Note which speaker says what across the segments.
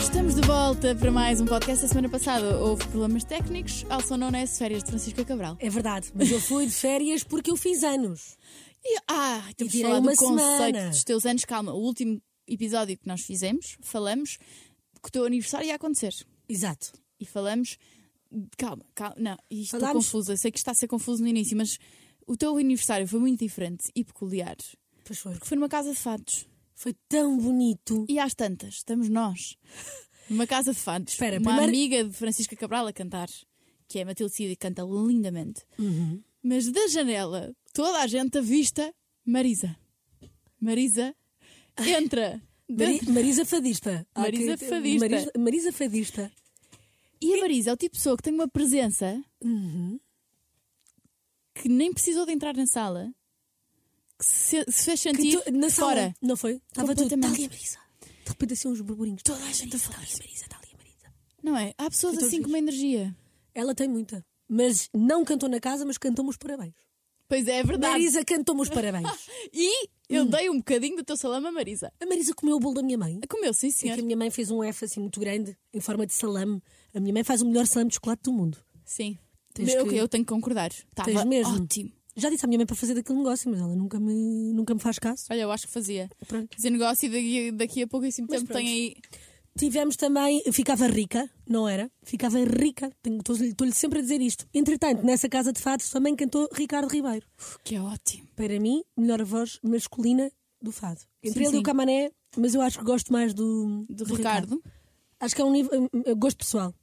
Speaker 1: Estamos de volta para mais um podcast. A semana passada houve problemas técnicos. Alson Ones, férias de Francisca Cabral.
Speaker 2: É verdade, mas eu fui de férias porque eu fiz anos.
Speaker 1: E, ah, temos de
Speaker 2: tirei
Speaker 1: falar
Speaker 2: uma
Speaker 1: do conceito
Speaker 2: semana.
Speaker 1: dos teus anos. Calma, o último episódio que nós fizemos, falamos que o teu aniversário ia acontecer.
Speaker 2: Exato.
Speaker 1: E falamos. Calma, calma. Não, e estou
Speaker 2: Falámos-
Speaker 1: confusa. Sei que está a ser confuso no início, mas o teu aniversário foi muito diferente e peculiar.
Speaker 2: Pois foi.
Speaker 1: Porque foi numa casa de fados.
Speaker 2: Foi tão bonito.
Speaker 1: E às tantas, estamos nós. Numa casa de fados.
Speaker 2: Espera,
Speaker 1: uma
Speaker 2: primeiro-
Speaker 1: amiga de Francisca Cabral a cantar, que é Matilde Cid e canta lindamente.
Speaker 2: Uhum.
Speaker 1: Mas da janela, toda a gente avista Marisa. Marisa entra.
Speaker 2: Mari-
Speaker 1: dentro-
Speaker 2: Marisa Fadista. Há
Speaker 1: Marisa
Speaker 2: quem-
Speaker 1: Fadista.
Speaker 2: Marisa, Marisa Fadista.
Speaker 1: E a Marisa é o tipo de pessoa que tem uma presença
Speaker 2: Uhum.
Speaker 1: que nem precisou de entrar na sala, que se, se fez
Speaker 2: Que
Speaker 1: sentir
Speaker 2: tu- na sala,
Speaker 1: Tipo, fora.
Speaker 2: Não foi? Estava tudo. Está
Speaker 1: Completamente.
Speaker 2: ali a Marisa. De repente assim uns burburinhos.
Speaker 1: Toda a gente a
Speaker 2: Está
Speaker 1: falar
Speaker 2: ali a
Speaker 1: assim.
Speaker 2: Marisa, está ali a Marisa.
Speaker 1: Não é? Há pessoas
Speaker 2: Eu tô
Speaker 1: assim com uma energia.
Speaker 2: Ela tem muita. Mas não cantou na casa, mas cantou-me os parabéns.
Speaker 1: Pois é, é
Speaker 2: A
Speaker 1: verdade.
Speaker 2: Marisa Hum. cantou-me os parabéns.
Speaker 1: E eu dei um bocadinho do teu salame à Marisa.
Speaker 2: A Marisa comeu o bolo da minha mãe.
Speaker 1: Comeu, sim,
Speaker 2: É
Speaker 1: senhor.
Speaker 2: que a minha mãe fez um F assim muito grande, em forma de salame. A minha mãe faz o melhor salame de chocolate do mundo.
Speaker 1: Sim.
Speaker 2: Tens
Speaker 1: eu,
Speaker 2: que-
Speaker 1: eu tenho que concordar. Estava
Speaker 2: Tens
Speaker 1: Ah,
Speaker 2: mesmo.
Speaker 1: ótimo.
Speaker 2: Já disse à minha mãe para fazer daquele negócio, mas ela nunca me, nunca me faz caso.
Speaker 1: Olha, eu acho que fazia.
Speaker 2: Pronto.
Speaker 1: Fazer negócio e daqui, daqui a pouco assim
Speaker 2: Mas
Speaker 1: tempo
Speaker 2: pronto.
Speaker 1: tem aí.
Speaker 2: Tivemos também, eu ficava rica, não era? Ficava rica, Tenho- estou-lhe estou-lhe sempre a dizer isto. Entretanto, nessa casa de fados também cantou Ricardo Ribeiro.
Speaker 1: Uf, que é ótimo.
Speaker 2: Para mim, melhor voz masculina do fado. Entre
Speaker 1: Sim,
Speaker 2: ele e
Speaker 1: sim.
Speaker 2: o Camané, mas eu acho que gosto mais do,
Speaker 1: Do Ricardo.
Speaker 2: Acho que é um nível, um, um, gosto pessoal.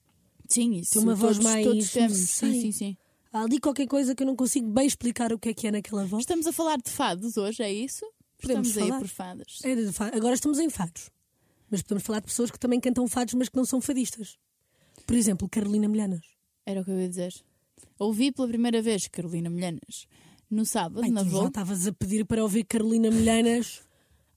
Speaker 1: Sim, isso.
Speaker 2: Tem uma voz
Speaker 1: todos,
Speaker 2: mais-
Speaker 1: Todos temos.
Speaker 2: não
Speaker 1: Sim,
Speaker 2: sei.
Speaker 1: sim, sim.
Speaker 2: Há ali qualquer coisa que eu não consigo bem explicar o que é que é naquela voz.
Speaker 1: Estamos a falar de fados hoje, é isso?
Speaker 2: Podemos
Speaker 1: Estamos aí
Speaker 2: falar.
Speaker 1: por fadas.
Speaker 2: Era É de fado. Agora estamos em fados. Mas podemos falar de pessoas que também cantam fados, mas que não são fadistas. Por exemplo, Carolina Milhanas.
Speaker 1: Era o que eu ia dizer. Ouvi pela primeira vez Carolina Milhanas no sábado,
Speaker 2: Ai,
Speaker 1: na
Speaker 2: tu já
Speaker 1: Vogue.
Speaker 2: estavas a pedir para ouvir Carolina Milhanas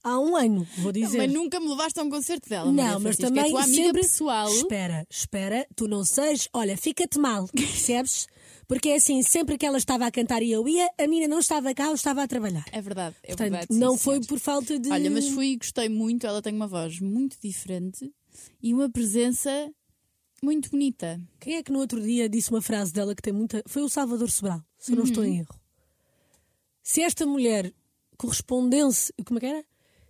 Speaker 2: há um ano, vou dizer.
Speaker 1: Mas nunca me levaste a um concerto dela. Maria
Speaker 2: Não, mas
Speaker 1: Francisca.
Speaker 2: também
Speaker 1: É tua amiga
Speaker 2: sempre...
Speaker 1: pessoal.
Speaker 2: Espera, espera, tu não sejas... Olha, fica-te mal, percebes? Porque é assim, sempre que ela estava a cantar e eu ia, a menina não estava cá, eu estava a trabalhar.
Speaker 1: É verdade, é
Speaker 2: Portanto,
Speaker 1: verdade. sim,
Speaker 2: não
Speaker 1: senhor.
Speaker 2: foi por falta de...
Speaker 1: Olha, mas fui e gostei muito. Ela tem uma voz muito diferente e uma presença muito bonita.
Speaker 2: Quem é que no outro dia disse uma frase dela que tem muita. Foi o Salvador Sobral, se eu não estou
Speaker 1: Uhum.
Speaker 2: em erro. Se esta mulher correspondesse. Como é que era?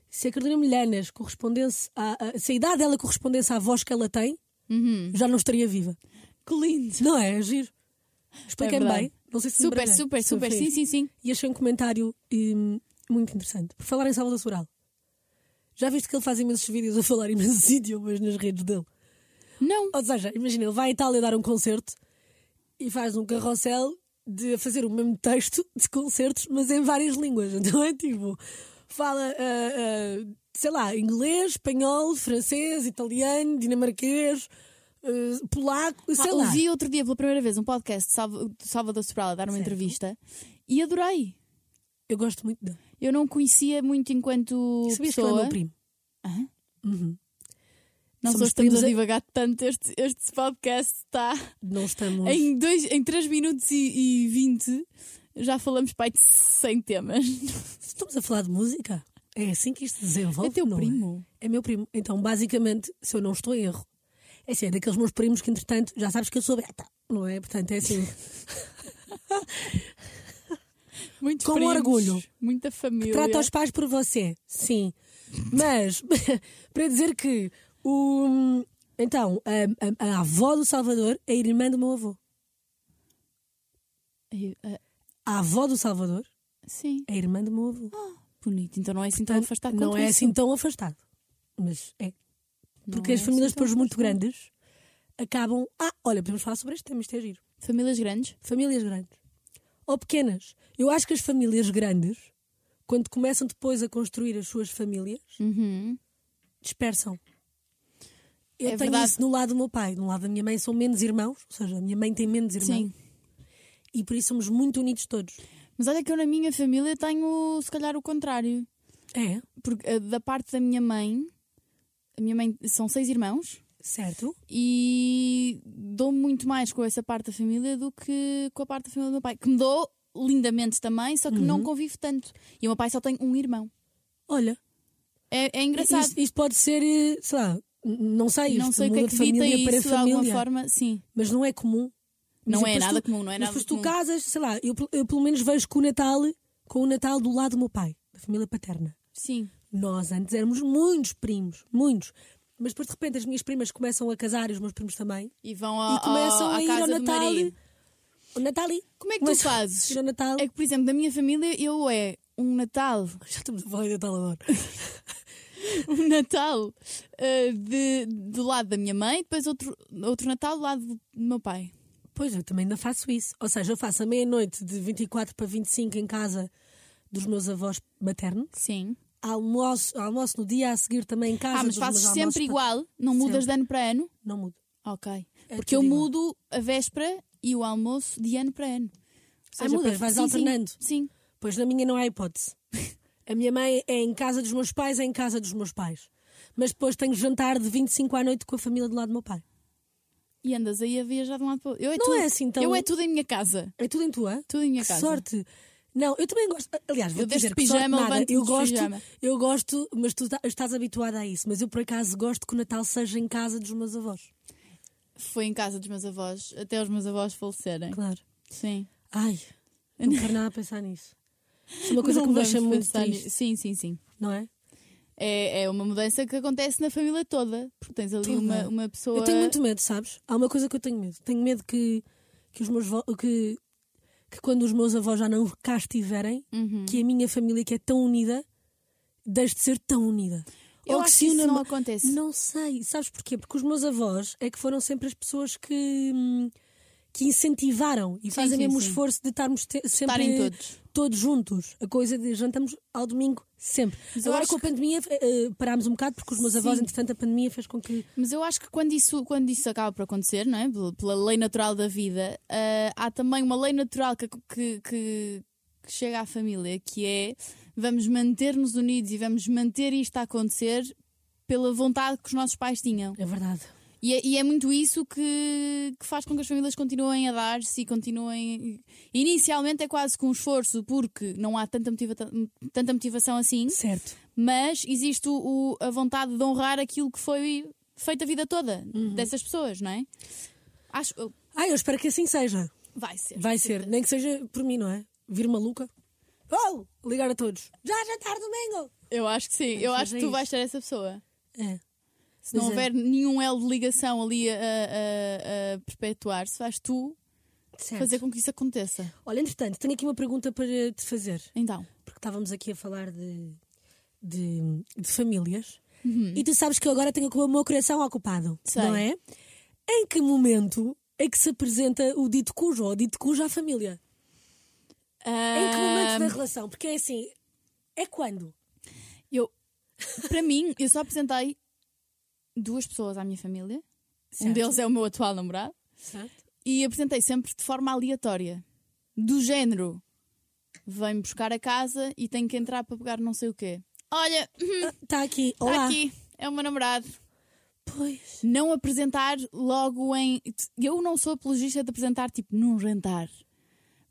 Speaker 2: Se a Carolina Milhanas correspondesse. À, à- se a idade dela correspondesse à voz que ela tem, já não estaria viva.
Speaker 1: Uhum. Que lindo! É
Speaker 2: Não é? É Giro. Expliquem-me
Speaker 1: verdade.
Speaker 2: bem. Não sei se me
Speaker 1: Super,
Speaker 2: baralhei.
Speaker 1: super, super.
Speaker 2: Foi
Speaker 1: Sim,
Speaker 2: isso.
Speaker 1: sim, sim.
Speaker 2: E achei um comentário hum, muito interessante. Por falar em Salvador Sobral. Já viste que ele faz imensos vídeos a falar imensos idiomas nas redes dele?
Speaker 1: Não,
Speaker 2: Ou seja, imagina, ele vai à Itália dar um concerto e faz um carrossel de fazer o mesmo texto de concertos, mas em várias línguas. Então é tipo, fala, ah, ah, sei lá, inglês, espanhol, francês, italiano, dinamarquês, ah, polaco, sei
Speaker 1: Ah,
Speaker 2: lá.
Speaker 1: ouvi outro dia pela primeira vez um podcast de Salva- de Salvador Sobral a dar uma
Speaker 2: Certo.
Speaker 1: entrevista e adorei.
Speaker 2: Eu gosto muito dele.
Speaker 1: Eu não o conhecia muito enquanto
Speaker 2: Sabias que ele é
Speaker 1: pessoa.
Speaker 2: meu primo?
Speaker 1: Hã?
Speaker 2: Uhum.
Speaker 1: Nós hoje
Speaker 2: Somos
Speaker 1: estamos
Speaker 2: primos
Speaker 1: a
Speaker 2: em-
Speaker 1: divagar tanto. Este, este podcast está
Speaker 2: Não estamos.
Speaker 1: em, dois, em 3 minutos e, e 20. Já falamos, pai, de 100 temas.
Speaker 2: Estamos a falar de música? É assim que isto se desenvolve.
Speaker 1: É teu
Speaker 2: não
Speaker 1: primo?
Speaker 2: É? meu primo. Então, basicamente, se eu não estou em erro, é assim, é daqueles meus primos que, entretanto, já sabes que eu sou beta, não é? Portanto, é assim.
Speaker 1: Muitos
Speaker 2: Com
Speaker 1: primos,
Speaker 2: orgulho.
Speaker 1: Muita família.
Speaker 2: Trata os pais por você, sim. Mas, para dizer que o. Então, a, a- a avó do Salvador é irmã do meu avô.
Speaker 1: Ai, ah,
Speaker 2: A avó do Salvador
Speaker 1: Sim.
Speaker 2: é irmã do meu avô.
Speaker 1: Bonito. Então não é assim tão
Speaker 2: Portanto,
Speaker 1: afastado
Speaker 2: não
Speaker 1: quanto
Speaker 2: é
Speaker 1: isso.
Speaker 2: assim tão afastado. Mas é.
Speaker 1: Não
Speaker 2: Porque
Speaker 1: é
Speaker 2: as famílias
Speaker 1: assim tão
Speaker 2: depois muito
Speaker 1: afastado.
Speaker 2: grandes acabam. Ah, olha, podemos falar sobre este tema, isto é giro.
Speaker 1: Famílias grandes?
Speaker 2: Famílias grandes. ou pequenas. Eu acho que as famílias grandes, quando começam depois a construir as suas famílias, dispersam.
Speaker 1: Uhum.
Speaker 2: Eu
Speaker 1: É
Speaker 2: tenho
Speaker 1: verdade.
Speaker 2: isso no lado do meu pai, no lado da minha mãe são menos irmãos, ou seja, a minha mãe tem menos irmãos
Speaker 1: Sim.
Speaker 2: e por isso somos muito unidos todos.
Speaker 1: Mas olha que eu na minha família tenho, se calhar, o contrário.
Speaker 2: É,
Speaker 1: Porque eh, da parte da minha mãe, a minha mãe são seis irmãos
Speaker 2: certo?
Speaker 1: e dou muito mais com essa parte da família do que com a parte da família do meu pai, que me dou lindamente também, só que não convivo tanto. E o meu pai só tem um irmão.
Speaker 2: Olha,
Speaker 1: É, é engraçado.
Speaker 2: isto, isto pode ser, eh, sei lá, n- não sei,
Speaker 1: não
Speaker 2: isto
Speaker 1: sei o que
Speaker 2: muda
Speaker 1: é que
Speaker 2: de
Speaker 1: dita
Speaker 2: família para
Speaker 1: isso de
Speaker 2: família,
Speaker 1: alguma forma. Sim.
Speaker 2: mas não é comum.
Speaker 1: Não
Speaker 2: Mas
Speaker 1: é
Speaker 2: depois
Speaker 1: nada
Speaker 2: tu-
Speaker 1: comum, não é nada
Speaker 2: Mas depois tu
Speaker 1: comum.
Speaker 2: casas, sei lá, eu, pel- eu pelo menos vejo com o Natal, com o Natal do lado do meu pai, da família paterna.
Speaker 1: Sim.
Speaker 2: Nós antes éramos muitos primos, muitos. Mas depois de repente as minhas primas começam a casar e os meus primos também.
Speaker 1: E vão ao,
Speaker 2: e começam
Speaker 1: ao- à
Speaker 2: a ir
Speaker 1: Oh, casa
Speaker 2: ao
Speaker 1: do
Speaker 2: Natal.
Speaker 1: marido.
Speaker 2: O Natal e-
Speaker 1: Como é que tu
Speaker 2: começam a
Speaker 1: fazes?
Speaker 2: ir ao Natal.
Speaker 1: É que, por exemplo, da minha família, eu é um Natal,
Speaker 2: Já estamos a falar de Natal agora.
Speaker 1: um Natal ah, de, do lado da minha mãe, depois outro, outro Natal do lado do meu pai.
Speaker 2: Pois, eu também ainda faço isso. Ou seja, eu faço a meia-noite de 24 para 25 em casa dos meus avós maternos.
Speaker 1: Sim.
Speaker 2: Almoço, almoço no dia a seguir também em casa
Speaker 1: Ah, mas
Speaker 2: dos meus
Speaker 1: fazes
Speaker 2: almoços
Speaker 1: sempre
Speaker 2: pa-
Speaker 1: igual, Ah, não mudas de ano para ano.
Speaker 2: Não mudo.
Speaker 1: Ok.
Speaker 2: É
Speaker 1: Porque eu
Speaker 2: tudo igual.
Speaker 1: mudo a véspera e o almoço de ano para ano. Ou
Speaker 2: Ah, mudas,
Speaker 1: pois,
Speaker 2: vais
Speaker 1: sim,
Speaker 2: alternando.
Speaker 1: Sim. sim.
Speaker 2: Pois na minha não há hipótese. A minha mãe é em casa dos meus pais, é em casa dos meus pais. Mas depois tenho jantar de 25 à noite com a família do lado do meu pai.
Speaker 1: E andas aí a viajar de um lado para o outro. Eu é
Speaker 2: Não
Speaker 1: tudo,
Speaker 2: é assim tão-
Speaker 1: Eu é tudo em minha casa.
Speaker 2: É tudo em tua?
Speaker 1: Tudo em minha
Speaker 2: que
Speaker 1: casa.
Speaker 2: sorte. Não, eu também gosto. Aliás, vou
Speaker 1: Eu desde
Speaker 2: dizer que sorte
Speaker 1: pijama,
Speaker 2: nada.
Speaker 1: levanto-me
Speaker 2: Eu
Speaker 1: de
Speaker 2: gosto,
Speaker 1: pijama.
Speaker 2: eu gosto, mas tu tá- estás habituada a isso. Mas eu por acaso gosto que o Natal seja em casa dos meus avós.
Speaker 1: Foi em casa dos meus avós, até os meus avós falecerem.
Speaker 2: Claro.
Speaker 1: Sim.
Speaker 2: Ai, não quero nada a pensar nisso. Isso é uma coisa
Speaker 1: Não
Speaker 2: que me
Speaker 1: vamos
Speaker 2: deixa muito
Speaker 1: pensar
Speaker 2: triste,
Speaker 1: nisso. Sim, sim, sim.
Speaker 2: não é?
Speaker 1: É, é uma mudança que acontece na família toda. Porque tens ali
Speaker 2: Toda.
Speaker 1: uma, uma pessoa.
Speaker 2: Eu tenho muito medo, sabes? Há uma coisa que eu tenho medo. Tenho medo que, que os meus vo- que, que quando os meus avós já não cá estiverem,
Speaker 1: Uhum.
Speaker 2: que a minha família que é tão unida deixe de ser tão unida.
Speaker 1: Eu
Speaker 2: Ou
Speaker 1: acho
Speaker 2: se
Speaker 1: que isso
Speaker 2: una-
Speaker 1: não acontece.
Speaker 2: Não sei, sabes porquê? Porque os meus avós é que foram sempre as pessoas que, hum, que incentivaram e
Speaker 1: sim,
Speaker 2: fazem mesmo o
Speaker 1: sim.
Speaker 2: esforço de estarmos te- sempre
Speaker 1: Estarem todos.
Speaker 2: todos juntos. A coisa de jantamos ao domingo sempre.
Speaker 1: Mas eu
Speaker 2: Agora
Speaker 1: acho
Speaker 2: com a pandemia eh, eh, parámos um bocado porque os meus avós,
Speaker 1: Sim.
Speaker 2: entretanto, a pandemia fez com que
Speaker 1: Mas eu acho que quando isso, quando isso acaba por acontecer, não é? Pela- Pela lei natural da vida, ah, há também uma lei natural que, que, que- que chega à família, que é vamos manter-nos unidos e vamos manter isto a acontecer pela vontade que os nossos pais tinham.
Speaker 2: É verdade.
Speaker 1: E é, e é muito isso que, que faz com que as famílias continuem a dar-se e continuem. Inicialmente é quase com esforço, porque não há tanta, motiva- tanta motivação assim,
Speaker 2: Certo.
Speaker 1: mas existe o- o- a vontade de honrar aquilo que foi feito a vida toda
Speaker 2: Uhum.
Speaker 1: dessas pessoas, não é? Acho. eu-
Speaker 2: Ah, eu espero que assim seja.
Speaker 1: Vai ser.
Speaker 2: Vai ser. Nem que seja por mim, não é? Vir maluca. Oh! Ligar a todos. Já jantar domingo!
Speaker 1: Eu acho que sim. Eu
Speaker 2: Mas
Speaker 1: acho que
Speaker 2: é
Speaker 1: tu
Speaker 2: isso.
Speaker 1: vais ser essa pessoa.
Speaker 2: É.
Speaker 1: Se não
Speaker 2: Mas é.
Speaker 1: houver nenhum elo de ligação ali a, a- a perpetuar-se, vais tu
Speaker 2: Certo.
Speaker 1: fazer com que isso aconteça.
Speaker 2: Olha, entretanto, tenho aqui uma pergunta para te fazer.
Speaker 1: Então.
Speaker 2: Porque estávamos aqui a falar de, de, de famílias. E tu sabes que eu agora tenho o meu coração ocupado.
Speaker 1: Sei.
Speaker 2: Não é? Em que momento é que se apresenta o dito cujo ou o dito cujo à família? Em que momento da relação? Porque é assim. É quando?
Speaker 1: Eu, para mim, eu só apresentei duas pessoas à minha família. Um
Speaker 2: Certo.
Speaker 1: deles é o meu atual namorado.
Speaker 2: Certo.
Speaker 1: E apresentei sempre de forma aleatória. Do género: vem buscar a casa e tenho que entrar para pegar não sei o quê. Olha,
Speaker 2: Está Tá, aqui.
Speaker 1: está
Speaker 2: Olá.
Speaker 1: aqui, é o meu namorado.
Speaker 2: Pois.
Speaker 1: Não apresentar logo em. Eu não sou apologista de apresentar tipo num jantar.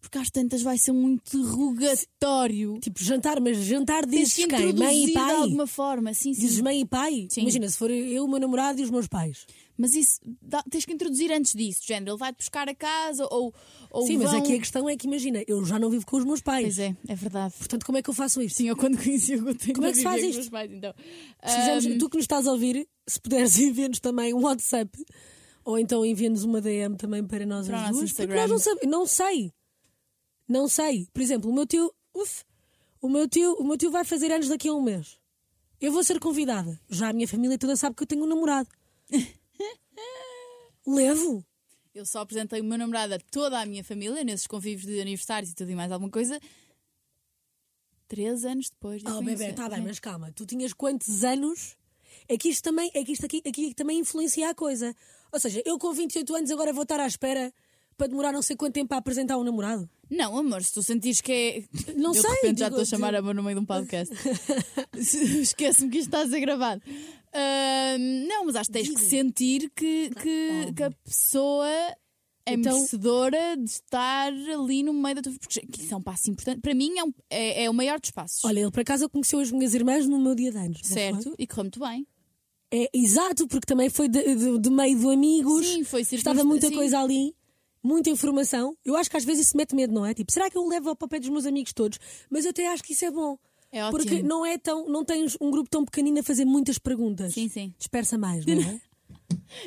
Speaker 1: Porque às tantas vai ser um interrogatório.
Speaker 2: Tipo, jantar, mas jantar
Speaker 1: Tens
Speaker 2: dizes
Speaker 1: que
Speaker 2: quem? Mãe
Speaker 1: introduzir
Speaker 2: e
Speaker 1: de
Speaker 2: pai?
Speaker 1: alguma forma. Sim, sim.
Speaker 2: Dizes mãe e pai?
Speaker 1: Sim.
Speaker 2: Imagina, se for eu, o meu namorado e os meus pais.
Speaker 1: Mas isso dá- tens que introduzir antes disso, de género. Ele vai-te buscar a casa ou. ou
Speaker 2: Sim, mas
Speaker 1: vão-
Speaker 2: aqui a questão é que imagina, eu já não vivo com os meus pais.
Speaker 1: Pois é, é verdade.
Speaker 2: Portanto, como é que eu faço isto?
Speaker 1: Sim, eu quando conheci o Gutenberg.
Speaker 2: Como é que se faz
Speaker 1: vivia com
Speaker 2: isto?
Speaker 1: os Pais, então.
Speaker 2: Precisamos,
Speaker 1: Ahm,
Speaker 2: tu que nos estás a ouvir, se puderes enviar-nos também um WhatsApp ou então envia-nos uma DM também para nós
Speaker 1: Para o
Speaker 2: as
Speaker 1: nosso
Speaker 2: duas. Porque
Speaker 1: Instagram.
Speaker 2: nós não sabemos, não sei. Não sei. Por exemplo, o meu tio, uf, o meu tio, o meu tio vai fazer anos daqui a um mês. Eu vou ser convidada. Já a minha família toda sabe que eu tenho um namorado. Levo.
Speaker 1: Eu só apresentei o meu namorado a toda a minha família, nesses convívios de aniversários e tudo e mais alguma coisa, três anos depois de
Speaker 2: Oh,
Speaker 1: conhecer.
Speaker 2: bebê, está bem, mas calma. Tu tinhas quantos anos? É que isto também, é que isto aqui, aqui também influencia a coisa. Ou seja, eu com 28 anos agora vou estar à espera para demorar não sei quanto tempo a apresentar um namorado.
Speaker 1: Não, amor, se tu sentires que é.
Speaker 2: Não
Speaker 1: eu
Speaker 2: sei,
Speaker 1: De repente já
Speaker 2: digo-
Speaker 1: estou a chamar a mão no meio de um podcast. Esquece-me que isto está a ser gravado. Ahm, não, mas acho que tens que sentir que, que, que a pessoa é
Speaker 2: Tá Então-
Speaker 1: merecedora de estar ali no meio da tua. Porque que isso é um passo importante. Para mim é, um- é, é o maior dos passos.
Speaker 2: Olha, ele por acaso conheceu as minhas irmãs no meu dia de anos. não foi?
Speaker 1: certo? E correu muito bem.
Speaker 2: É, exato, porque também foi de, de- de meio de amigos.
Speaker 1: Sim, foi
Speaker 2: Estava
Speaker 1: circunst-
Speaker 2: muita
Speaker 1: sim.
Speaker 2: coisa ali, muita informação. Eu acho que às vezes isso mete medo, não é? Tipo, será que eu levo ao papel dos meus amigos todos? Mas eu até acho que isso é bom.
Speaker 1: É ótimo.
Speaker 2: porque não é tão, não tens um grupo tão pequenino a fazer muitas perguntas.
Speaker 1: Sim, sim.
Speaker 2: Dispersa mais, não é?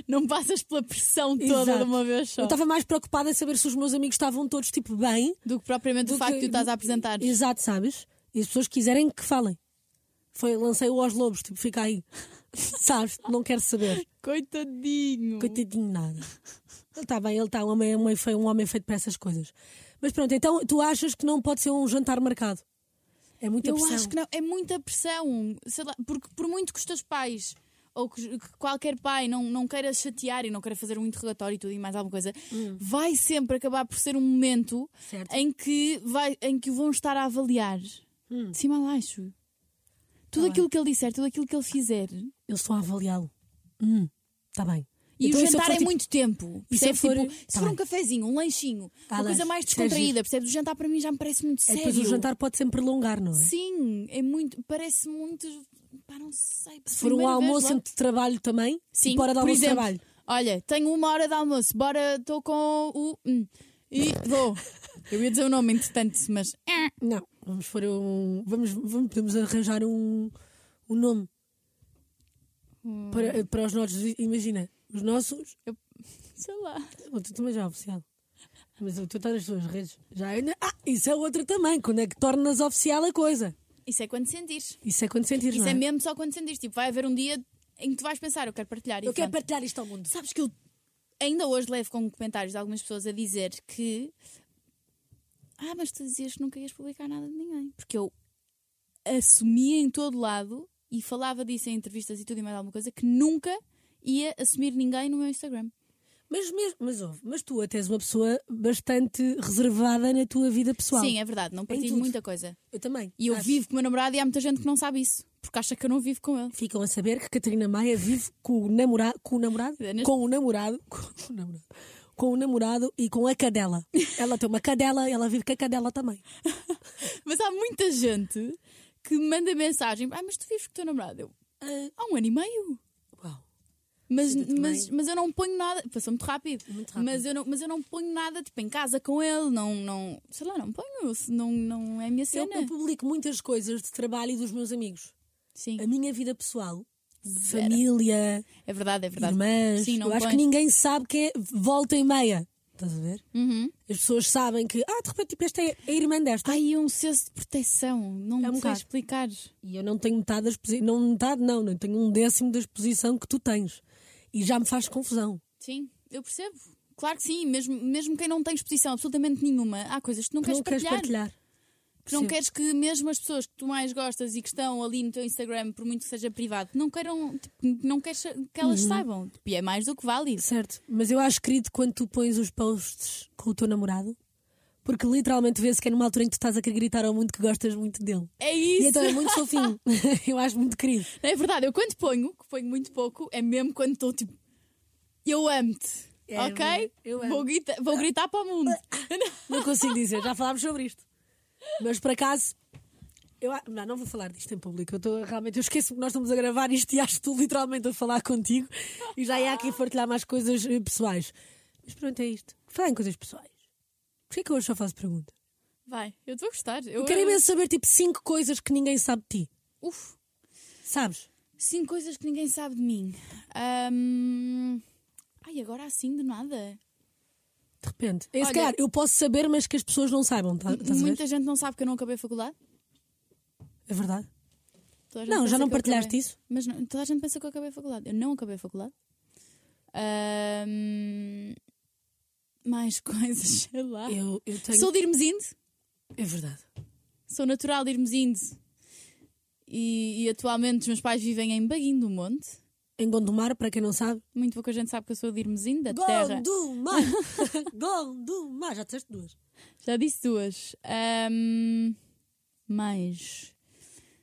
Speaker 1: Não passas pela pressão toda de
Speaker 2: Exato.
Speaker 1: uma vez só.
Speaker 2: Eu estava mais preocupada em saber se os meus amigos estavam todos tipo bem.
Speaker 1: Do que propriamente o
Speaker 2: do
Speaker 1: facto de
Speaker 2: que-
Speaker 1: tu estás a apresentar.
Speaker 2: Exato, sabes? E as pessoas quiserem que falem. Foi, lancei-o aos lobos, tipo, fica aí. sabes? Não quero saber.
Speaker 1: Coitadinho.
Speaker 2: Coitadinho nada. Ele está bem, ele está um homem, um, homem feio, um homem feito para essas coisas. Mas pronto, então tu achas que não pode ser um jantar marcado? É muita
Speaker 1: Eu
Speaker 2: pressão.
Speaker 1: acho que não, é muita pressão. Sei lá, porque por muito que os teus pais ou que, os- que qualquer pai não, não queira chatear e não queira fazer um interrogatório e tudo e mais alguma coisa, vai sempre acabar por ser um momento
Speaker 2: Hum. Certo.
Speaker 1: em que, vai, em que o vão estar a avaliar
Speaker 2: Hum.
Speaker 1: de cima a baixo. Tudo
Speaker 2: Tá
Speaker 1: aquilo que ele disser, tudo aquilo que ele fizer.
Speaker 2: Eu estou a avaliá-lo. Hum, está bem.
Speaker 1: E
Speaker 2: Então,
Speaker 1: o
Speaker 2: se eu
Speaker 1: jantar
Speaker 2: for,
Speaker 1: é
Speaker 2: tipo,
Speaker 1: muito tempo.
Speaker 2: e se eu
Speaker 1: Percebes? Se for,
Speaker 2: for-
Speaker 1: tipo, se
Speaker 2: tá
Speaker 1: for um
Speaker 2: bem.
Speaker 1: cafezinho, um lanchinho, uma
Speaker 2: lanche,
Speaker 1: coisa mais
Speaker 2: isso é giro.
Speaker 1: descontraída, percebes? O jantar para mim já me parece muito
Speaker 2: é,
Speaker 1: sério.
Speaker 2: Depois o jantar pode sempre prolongar, não é?
Speaker 1: Sim, é muito. Parece muito. Pá, não sei.
Speaker 2: Se for um almoço entre trabalho também,
Speaker 1: Sim,
Speaker 2: tipo hora de
Speaker 1: por
Speaker 2: almoço de
Speaker 1: exemplo,
Speaker 2: trabalho.
Speaker 1: Olha, tenho uma hora de almoço, bora, estou com o. hum, e vou. Eu ia dizer o nome, entretanto, mas. é.
Speaker 2: Não, vamos for um. Vamos, vamos, podemos arranjar um, um nome para, para os nossos. Imagina, os nossos
Speaker 1: Sei lá.
Speaker 2: O teu também já é oficial. Mas o teu está nas suas redes. Já é... Ah, isso é outra também. Quando é que tornas oficial a coisa?
Speaker 1: Isso é quando sentires.
Speaker 2: Isso é quando sentires,
Speaker 1: Isso
Speaker 2: não
Speaker 1: é
Speaker 2: é?
Speaker 1: mesmo só quando sentires. Tipo, vai haver um dia em que tu vais pensar, eu quero partilhar. e
Speaker 2: Eu quero
Speaker 1: pronto.
Speaker 2: partilhar isto ao mundo.
Speaker 1: Sabes que eu ainda hoje levo com comentários de algumas pessoas a dizer que. Ah, mas tu dizias que nunca ias publicar nada de ninguém. Porque eu assumia em todo lado e falava disso em entrevistas e tudo e mais alguma coisa que nunca ia assumir ninguém no meu Instagram.
Speaker 2: Mas, mesmo, mas, ouve, mas tu até és uma pessoa bastante reservada na tua vida pessoal.
Speaker 1: Sim, é verdade, não partilho
Speaker 2: tudo.
Speaker 1: muita coisa.
Speaker 2: Eu também.
Speaker 1: E eu
Speaker 2: Acho.
Speaker 1: vivo com o meu namorado e há muita gente que não sabe isso. Porque acha que eu não vivo com ele.
Speaker 2: Ficam a saber que Catarina Maia vive com o namorado. Com o namorado?
Speaker 1: É, neste-
Speaker 2: Com o namorado. Com o namorado. Com o namorado e com a cadela. Ela tem uma cadela e ela vive com a cadela também.
Speaker 1: Mas há muita gente que me manda mensagem: Ah, mas tu vives com o teu namorado? Eu,
Speaker 2: Ah,
Speaker 1: há um ano e meio.
Speaker 2: uau.
Speaker 1: Mas,
Speaker 2: Sim, eu também.
Speaker 1: mas, mas eu não ponho nada. Passou muito rápido.
Speaker 2: Muito rápido.
Speaker 1: Mas, eu não, mas eu não ponho nada tipo, em casa com ele. Não, não, sei lá, não ponho. se Não, não é a minha
Speaker 2: Eu,
Speaker 1: cena.
Speaker 2: eu publico muitas coisas de trabalho e dos meus amigos.
Speaker 1: Sim,
Speaker 2: a minha vida pessoal, família,
Speaker 1: é verdade, é verdade.
Speaker 2: irmãs,
Speaker 1: Sim, não
Speaker 2: eu acho
Speaker 1: pões.
Speaker 2: que ninguém sabe que é volta e meia. Estás a ver?
Speaker 1: Uhum.
Speaker 2: As pessoas sabem que, ah, de repente, tipo, esta é a irmã desta.
Speaker 1: Ai, é um senso de proteção. Não
Speaker 2: É
Speaker 1: me sei
Speaker 2: um bocado.
Speaker 1: explicar.
Speaker 2: E eu não tenho metade da exposição, não metade, não, não tenho um décimo da exposição que tu tens. E já me faz confusão.
Speaker 1: Sim, eu percebo. Claro que sim, mesmo, mesmo quem não tem exposição absolutamente nenhuma, há coisas que não
Speaker 2: Tu
Speaker 1: queres
Speaker 2: não queres
Speaker 1: partilhar.
Speaker 2: partilhar.
Speaker 1: Que não
Speaker 2: Percebo.
Speaker 1: queres que mesmo as pessoas que tu mais gostas e que estão ali no teu Instagram, por muito que seja privado, não queiram, tipo, não queres que elas
Speaker 2: Uhum.
Speaker 1: saibam. Tipo, E é mais do que válido.
Speaker 2: Certo, mas eu acho querido quando tu pões os posts com o teu namorado, porque literalmente vê-se que é numa altura em que tu estás a querer gritar ao mundo que gostas muito dele.
Speaker 1: É
Speaker 2: E
Speaker 1: isso.
Speaker 2: então é muito fofinho. eu acho muito querido.
Speaker 1: É verdade, eu quando ponho, que ponho muito pouco, é mesmo quando estou tipo. Eu amo-te.
Speaker 2: É,
Speaker 1: ok?
Speaker 2: eu amo.
Speaker 1: Vou, grita- vou gritar para o mundo.
Speaker 2: Não consigo dizer, já falámos sobre isto. Mas por acaso. Eu, a- não, não vou falar disto em público. Eu estou realmente. Eu esqueço que nós estamos a gravar isto e acho que estou literalmente a falar contigo e já ia aqui partilhar mais coisas eh, pessoais. Mas pronto, é isto. Falar em coisas pessoais. Porquê que eu hoje só faço pergunta?
Speaker 1: Vai, eu estou a gostar.
Speaker 2: Eu quero imenso saber, tipo, cinco coisas que ninguém sabe de ti.
Speaker 1: Uf,
Speaker 2: Sabes?
Speaker 1: cinco coisas que ninguém sabe de mim. Ahm, Ai, agora assim de nada.
Speaker 2: De repente. É, se
Speaker 1: Olha-
Speaker 2: calhar, eu posso saber, mas que as pessoas não saibam. Tá, estás a ver?
Speaker 1: Muita gente não sabe que eu não acabei a faculdade.
Speaker 2: É verdade.
Speaker 1: Toda a gente
Speaker 2: Não,
Speaker 1: pensa
Speaker 2: já não
Speaker 1: que eu
Speaker 2: partilhaste
Speaker 1: acabei.
Speaker 2: isso?
Speaker 1: Mas não, toda a gente pensa que eu acabei a faculdade. Eu não acabei a faculdade. Ahm, mais coisas, sei lá.
Speaker 2: Eu, eu tenho.
Speaker 1: Ah. Sou de Irmesinde,
Speaker 2: É verdade.
Speaker 1: sou natural de Irmesinde. E, e atualmente os meus pais vivem em Baguinho do Monte.
Speaker 2: Em Gondomar, para quem não sabe.
Speaker 1: Muito pouca gente sabe que eu sou de Irmesinde, da terra.
Speaker 2: Gondomar! Gondomar! Já disseste duas.
Speaker 1: Já disse duas. Ahm, mas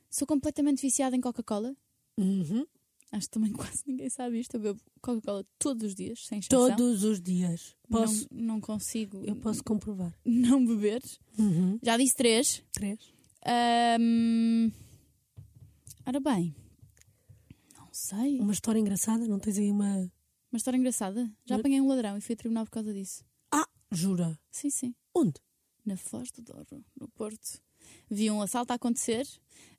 Speaker 1: sou completamente viciada em Coca-Cola.
Speaker 2: Uhum.
Speaker 1: Acho que também quase ninguém sabe isto. Eu bebo Coca-Cola todos os dias, sem exceção.
Speaker 2: Todos os dias. Posso,
Speaker 1: Não, não consigo
Speaker 2: Eu posso comprovar.
Speaker 1: não beber.
Speaker 2: Uhum.
Speaker 1: Já disse três.
Speaker 2: Três.
Speaker 1: Ahm, Ora bem. Não sei.
Speaker 2: Uma história engraçada, não tens aí uma.
Speaker 1: Uma história engraçada. Já apanhei um ladrão e fui a tribunal por causa disso.
Speaker 2: Ah, jura?
Speaker 1: Sim, sim.
Speaker 2: Onde?
Speaker 1: na Foz do Douro, no Porto. Vi um assalto a acontecer,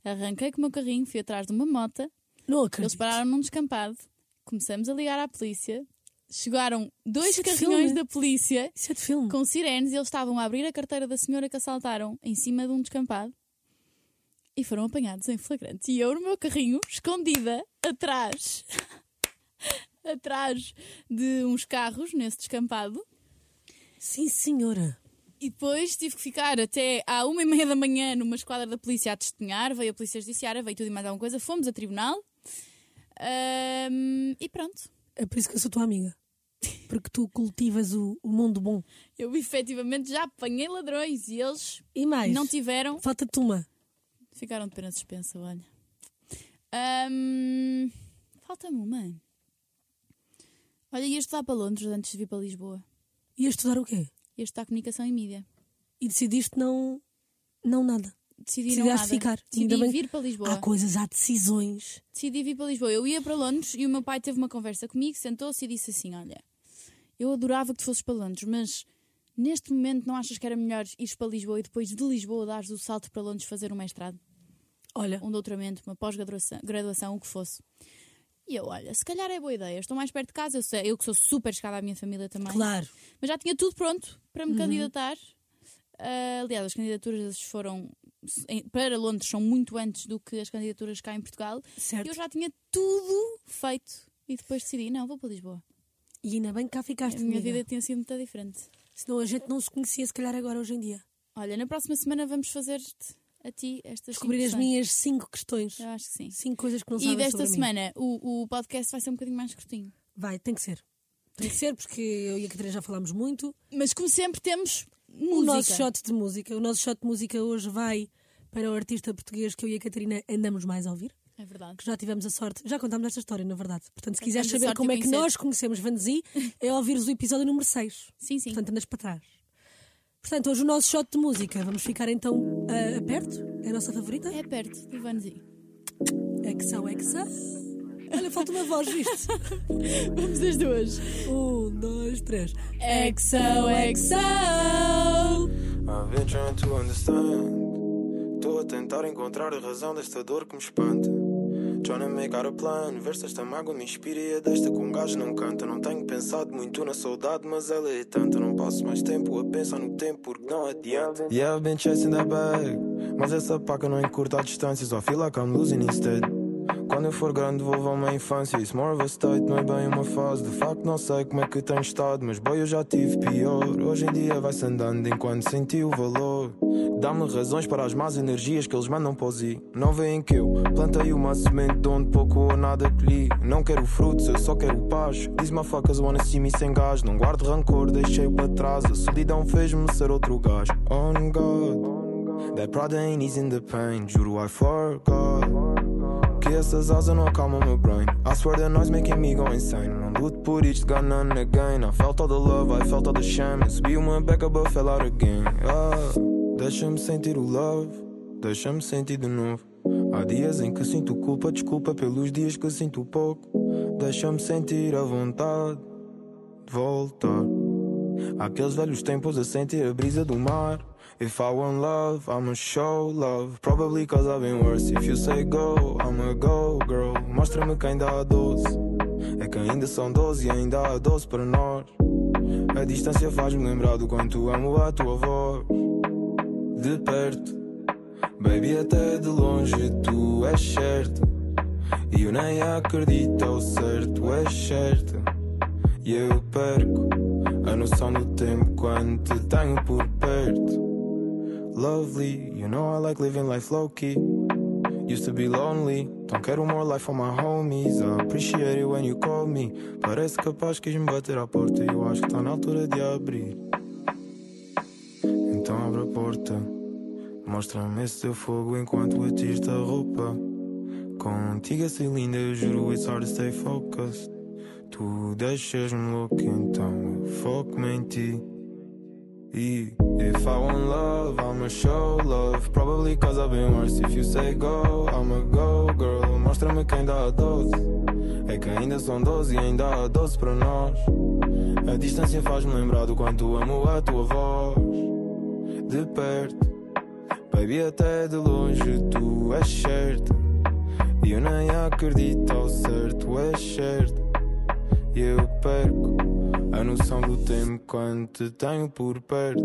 Speaker 1: arranquei com o meu carrinho, fui atrás de uma mota,
Speaker 2: Não
Speaker 1: eles
Speaker 2: acredito.
Speaker 1: pararam num descampado, começamos a ligar à polícia, chegaram dois
Speaker 2: Isso é de
Speaker 1: carrinhões
Speaker 2: filme.
Speaker 1: da polícia
Speaker 2: Isso é de filme.
Speaker 1: com sirenes e eles estavam a abrir a carteira da senhora que assaltaram em cima de um descampado e foram apanhados em flagrante. E eu no meu carrinho, escondida, atrás, atrás de uns carros nesse descampado,
Speaker 2: Sim, senhora.
Speaker 1: E depois tive que ficar até à uma e meia da manhã numa esquadra da polícia a testemunhar. Veio a polícia judiciária, veio tudo e mais alguma coisa. Fomos a tribunal. Ahm, e pronto.
Speaker 2: É por isso que eu sou tua amiga. Porque tu cultivas o, o mundo bom.
Speaker 1: Eu efetivamente já apanhei ladrões e eles
Speaker 2: E mais?
Speaker 1: não tiveram.
Speaker 2: Falta-te uma.
Speaker 1: Ficaram de pena suspensa, olha. Ahm, Falta-me uma. Olha, ia estudar para Londres antes de vir para Lisboa.
Speaker 2: Ias estudar o quê?
Speaker 1: Ia estudar comunicação e mídia.
Speaker 2: E decidiste não. Não nada.
Speaker 1: Decidi não nada.
Speaker 2: Decidiste ficar.
Speaker 1: Decidi
Speaker 2: Ainda bem Ah, que-
Speaker 1: vir para Lisboa.
Speaker 2: Há coisas, há decisões.
Speaker 1: decidi vir para Lisboa. Eu ia para Londres e o meu pai teve uma conversa comigo, sentou-se e disse assim: Olha, eu adorava que tu fosses para Londres, mas neste momento não achas que era melhor ires para Lisboa e depois de Lisboa dares o salto para Londres fazer um mestrado,
Speaker 2: Olha.
Speaker 1: um doutoramento, uma pós-graduação, graduação, o que fosse? E eu, olha, se calhar é boa ideia, estou mais perto de casa, eu, sei- eu que sou super chegada à minha família também.
Speaker 2: Claro.
Speaker 1: Mas já tinha tudo pronto para me candidatar. Ah, aliás, as candidaturas foram em- para Londres são muito antes do que as candidaturas cá em Portugal.
Speaker 2: Certo.
Speaker 1: Eu já tinha tudo feito e depois decidi, não, vou para Lisboa.
Speaker 2: E ainda bem que cá
Speaker 1: A
Speaker 2: ficaste.
Speaker 1: minha
Speaker 2: amiga.
Speaker 1: vida tinha sido muito diferente.
Speaker 2: Senão a gente não se conhecia, se calhar, agora, hoje em dia.
Speaker 1: Olha, na próxima semana vamos fazer a ti estas
Speaker 2: Descobrir
Speaker 1: cinco
Speaker 2: as
Speaker 1: questões.
Speaker 2: minhas cinco questões.
Speaker 1: Eu acho que sim.
Speaker 2: Cinco coisas que não
Speaker 1: É. E
Speaker 2: sabes
Speaker 1: desta
Speaker 2: sobre mim.
Speaker 1: semana o, o podcast vai ser um bocadinho mais curtinho.
Speaker 2: Vai, tem que ser. Tem que ser, porque eu e a Catarina já falámos muito.
Speaker 1: Mas como sempre temos música.
Speaker 2: O nosso shot de música. O nosso shot de música hoje vai para o artista português que eu e a Catarina andamos mais a ouvir.
Speaker 1: É verdade.
Speaker 2: Que já tivemos a sorte. Já contámos esta história, na verdade. Portanto, se quiseres
Speaker 1: tivemos a
Speaker 2: saber
Speaker 1: sorte
Speaker 2: como
Speaker 1: de
Speaker 2: é que
Speaker 1: conhecer.
Speaker 2: nós conhecemos Vanzi, é ouvires o episódio número 6.
Speaker 1: Sim, sim.
Speaker 2: Portanto, andas para trás. Portanto, hoje o nosso shot de música. Vamos ficar então ah, perto. É a nossa favorita.
Speaker 1: É perto do Vanzinho.
Speaker 2: Exa, exa. é Olha, falta uma voz, viste?
Speaker 1: Vamos as duas.
Speaker 2: um, dois, três.
Speaker 1: Exo, exo.
Speaker 3: I've been trying to understand. Estou a tentar encontrar a razão desta dor que me espanta. Trying to make out a plan. Ver se esta mágoa me inspira e a desta com um gajo não canta. Não tenho pensado muito na saudade, mas ela é tanta. Não passo mais tempo a pensar no tempo porque não adianta. Yeah, I've been chasing that bag. Mas essa paca não encurta a distância. Só feel like I'm losing instead. Quando eu for grande, devolvo a minha infância. It's more of a state, não é bem uma fase. De facto, não sei como é que tenho estado. Mas boy, eu já tive pior. Hoje em dia vai-se andando enquanto senti o valor. Dá-me razões para as más energias que eles mandam para o Z. Não veem que eu plantei uma semente de onde pouco ou nada colhi. Não quero frutos, eu só quero paz. Diz my facas, wanna see me sem gás. Não guardo rancor, deixei-o para trás. A solidão fez-me ser outro gajo. On God, that pride ain't easy in the pain. Juro, I forgot. Que essas asas não acalmam meu brain. I swear that noise making me go insane. Não luto por isto, got none again. I felt all the love, I felt all the shame. Eu subi uma beca, but fell out again. Ah, Deixa-me sentir o love, deixa-me sentir de novo. Há dias em que sinto culpa, desculpa pelos dias que sinto pouco. Deixa-me sentir a vontade de voltar. Aqueles velhos tempos a sentir a brisa do mar. If I want love, I'ma show love. Probably cause I've been worse. If you say go, I'ma go, girl. Mostra-me que ainda há doze. É que ainda são doze e ainda há doze para nós. A distância faz-me lembrar do quanto amo a tua voz. De perto, baby, até de longe tu és é certo. E eu nem acredito ao certo, és certo. e eu perco a noção do tempo quando te tenho por perto. Lovely, you know I like living life low key. Used to be lonely, don't quero more life for my homies. I appreciate it when you call me. Parece capaz que me bater à porta e eu acho que tá na altura de abrir. Então abre a porta, mostra-me esse teu fogo enquanto atires a roupa. Contigo assim linda, eu juro, it's hard to stay focused. Tu deixas-me louco, então eu foco-me em ti. E if I want love, I'ma show love. Probably cause I've been worse. If you say go, I'ma go, girl. Mostra-me quem dá a doce. É que ainda são 12 e ainda há doce para nós. A distância faz-me lembrar do quanto amo a tua voz. De perto, baby, até de longe tu és certo. E eu nem acredito ao certo, és certo. E eu perco a noção do tempo quando te tenho por perto.